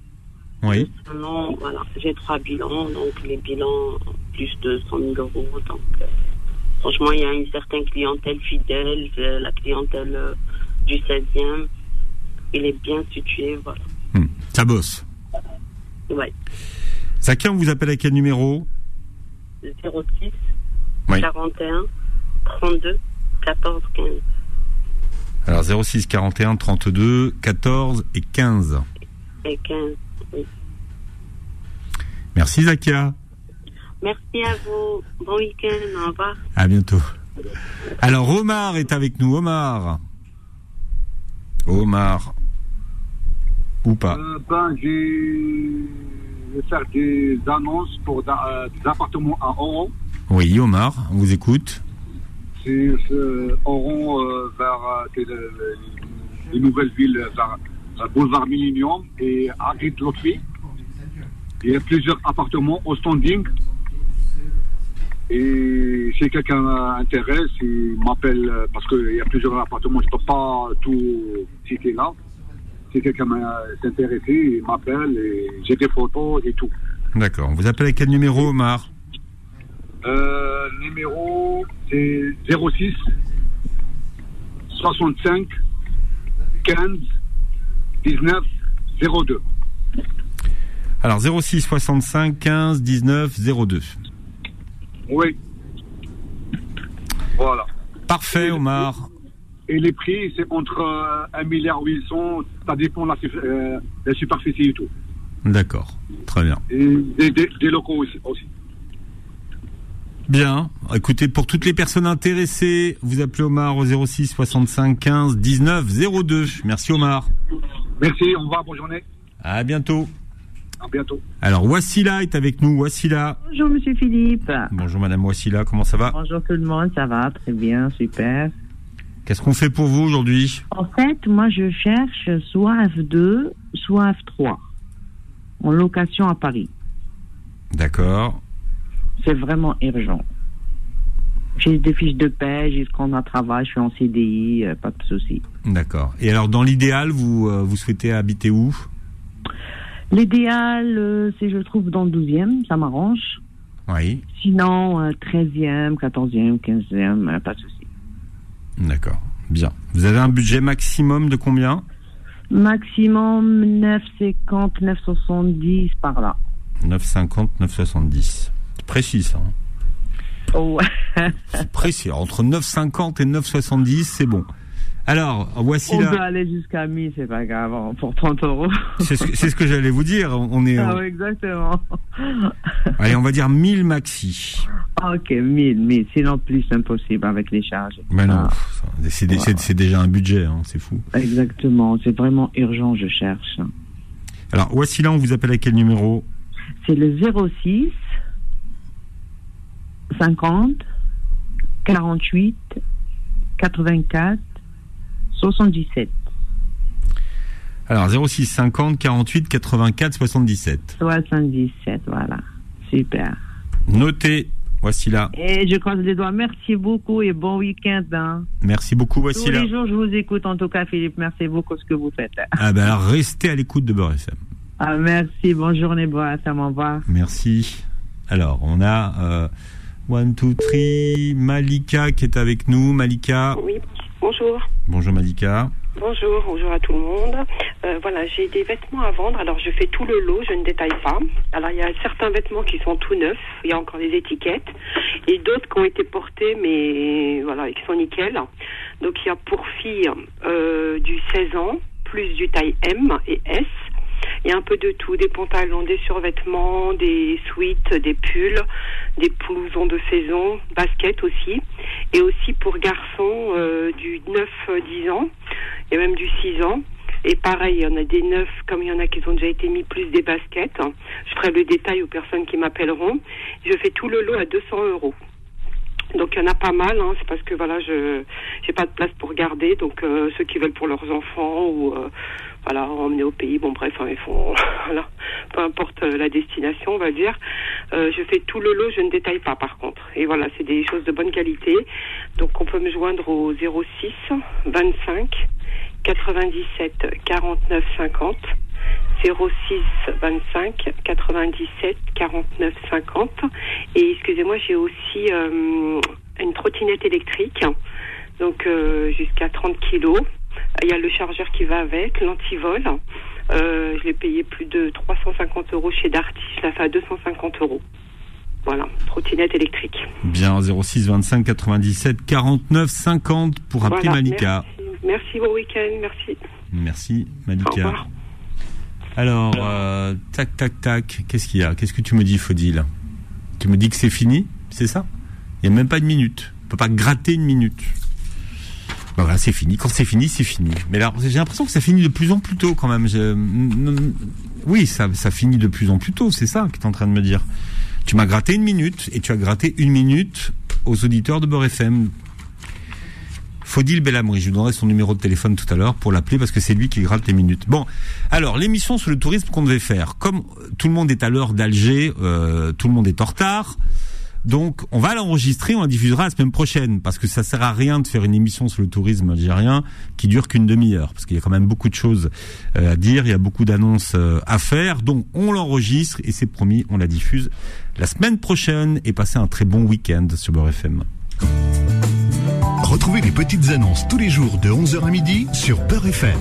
B: Oui.
Q: Non, voilà, j'ai trois bilans, donc les bilans plus de 100 000 euros. Donc, euh, franchement, il y a une certaine clientèle fidèle, euh, la clientèle euh, du 16e. Il est bien situé, voilà.
B: Hmm. Ça bosse.
Q: Ouais.
B: Zakia, on vous appelle à quel numéro
Q: 06
B: Oui.
Q: 41 32 14 15.
B: Alors 06 41 32 14 et 15.
Q: Et 15, oui.
B: Merci Zakia.
Q: Merci à vous. Bon week-end. Au revoir.
B: À bientôt. Alors Omar est avec nous. Omar. Omar. Ou pas.
R: Euh, ben, j'ai- je vais faire des annonces pour da- euh, des appartements à Oran.
B: Oui, Omar, on vous écoute.
R: C'est euh, Oran euh, vers euh, c'est le- le- les nouvelles villes, vers euh, Boulevard Millennium et Agri de Lotfi. Il y a plusieurs appartements au standing. Et si quelqu'un euh, intéresse, il m'appelle euh, parce qu'il y a plusieurs appartements, je ne peux pas tout citer là. Si quelqu'un m'a- s'est intéressé, il m'appelle et j'ai des photos et tout.
B: D'accord. On vous appelle à quel numéro, Omar
R: Euh, numéro, c'est 06 65 15 19 02.
B: Alors 06 65 15 19 02.
R: Oui. Voilà.
B: Parfait, Omar.
R: Et les prix, c'est entre euh, 1 milliard 800, ça dépend de la, su- euh, la superficie et tout.
B: D'accord. Très bien.
R: Et des, des- des locaux aussi. aussi.
B: Bien. Écoutez, pour toutes les personnes intéressées, vous appelez Omar au 06 65 15 19 02. Merci Omar.
R: Merci, au revoir, bonne journée.
B: À bientôt.
R: À bientôt.
B: Alors Wassila est avec nous. Wassila.
S: Bonjour Monsieur Philippe.
B: Bonjour Madame Wassila, comment ça va
S: Bonjour tout le monde, ça va très bien, super.
B: Qu'est-ce qu'on fait pour vous aujourd'hui
S: En fait, moi je cherche soit F2, soit F3 en location à Paris.
B: D'accord.
S: C'est vraiment urgent. J'ai des fiches de paie, j'ai ce qu'on a travail, je suis en CDI, euh, pas de souci.
B: D'accord. Et alors dans l'idéal, vous, euh, vous souhaitez habiter où
S: L'idéal, euh, c'est je trouve dans le 12e, ça m'arrange.
B: Oui.
S: Sinon, euh, 13e, 14e, 15e, euh, pas de souci.
B: D'accord. Bien. Vous avez un budget maximum de combien
S: Maximum 9,50, 9,70 par là.
B: 9,50, 9,70. C'est précis ça. hein.
S: Oh,
B: C'est précis. Entre 9,50 et 9,70, c'est bon. Alors, voici
S: on
B: la-
S: peut aller jusqu'à 1000, c'est pas grave, hein, pour 30 euros.
B: C'est ce que, c'est ce que j'allais vous dire. On est, euh,
S: Ah oui, exactement.
B: allez, on va dire 1000 maxi.
S: Ah, ok, 1000, 1000. Sinon, plus impossible avec les charges.
B: Mais non,
S: Ah,
B: pff, ça- c'est, dé- c'est- c'est déjà un budget, hein, c'est fou.
S: Exactement, c'est vraiment urgent, je cherche.
B: Alors, Wassila, on vous appelle à quel numéro
S: C'est le 06 50 48 84 77
B: Alors, 06 50 48 84 77.
S: 77, voilà. Super.
B: Notez. Wassila.
T: Et je croise les doigts. Merci beaucoup et bon week-end. hein.
B: Merci beaucoup,
T: Tous
B: Wassila.
T: les jours, je vous écoute en tout cas, Philippe. Merci beaucoup ce que vous faites.
B: Ah ben alors, restez à l'écoute de Beurre FM.
T: Ah, merci. Bonne journée. Bon, ça m'envoie.
B: Merci. Alors, on a euh, 1, 2, 3, Malika qui est avec nous. Malika.
U: Oui, bonjour.
B: Bonjour Malika.
U: Bonjour, bonjour à tout le monde. Euh, voilà, j'ai des vêtements à vendre, alors je fais tout le lot, je ne détaille pas. Alors il y a certains vêtements qui sont tout neufs, il y a encore des étiquettes, et d'autres qui ont été portés, mais voilà, et qui sont nickel. Donc il y a pour filles euh, du 16 ans, plus du taille M et S. Il y a un peu de tout, des pantalons, des survêtements, des suites, des pulls, des blousons de saison, baskets aussi. Et aussi pour garçons euh, du 9-10 ans et même du 6 ans. Et pareil, il y en a des 9 comme il y en a qui ont déjà été mis plus des baskets. hein. Je ferai le détail aux personnes qui m'appelleront. Je fais tout le lot à 200 euros. Donc il y en a pas mal, hein. c'est parce que voilà, je j'ai pas de place pour garder, donc euh, ceux qui veulent pour leurs enfants ou euh, voilà emmener au pays, bon bref, hein, ils font voilà, peu importe euh, la destination, on va dire. Euh, je fais tout le lot, je ne détaille pas par contre. Et voilà, c'est des choses de bonne qualité. Donc on peut me joindre au 06 25 97 49 50. 06 25 97 49 50. Et excusez-moi, j'ai aussi euh, une trottinette électrique, donc euh, jusqu'à 30 kilos. Il y a le chargeur qui va avec, l'antivol. Euh, je l'ai payé plus de 350 euros chez Darty, je la fais à 250 euros. Voilà, trottinette électrique.
B: Bien, 06 25 97 49 50 pour appeler
U: Voilà,
B: Malika.
U: Merci, Merci, bon week-end, merci.
B: Merci, Malika. Alors, euh, tac, tac, tac. Qu'est-ce qu'il y a Qu'est-ce que tu me dis, Faudil Tu me dis que c'est fini C'est ça Il n'y a même pas de minute. On peut pas gratter une minute. Ben voilà, c'est fini. Quand c'est fini, c'est fini. Mais là, j'ai l'impression que ça finit de plus en plus tôt quand même. Je- Oui, ça, ça finit de plus en plus tôt. C'est ça que tu es en train de me dire. Tu m'as gratté une minute et tu as gratté une minute aux auditeurs de Beurre FM. Faudil Bellamri. Je lui donnerai son numéro de téléphone tout à l'heure pour l'appeler parce que c'est lui qui gratte les minutes. Bon, alors l'émission sur le tourisme qu'on devait faire. Comme tout le monde est à l'heure d'Alger, euh, tout le monde est en retard. Donc, on va l'enregistrer, on la diffusera la semaine prochaine, parce que ça sert à rien de faire une émission sur le tourisme algérien qui dure qu'une demi-heure, parce qu'il y a quand même beaucoup de choses euh, à dire, il y a beaucoup d'annonces euh, à faire. Donc, on l'enregistre et c'est promis, on la diffuse la semaine prochaine. Et passez un très bon week-end sur Beurre FM.
A: Retrouvez les petites annonces tous les jours de 11h à midi sur Peur FM.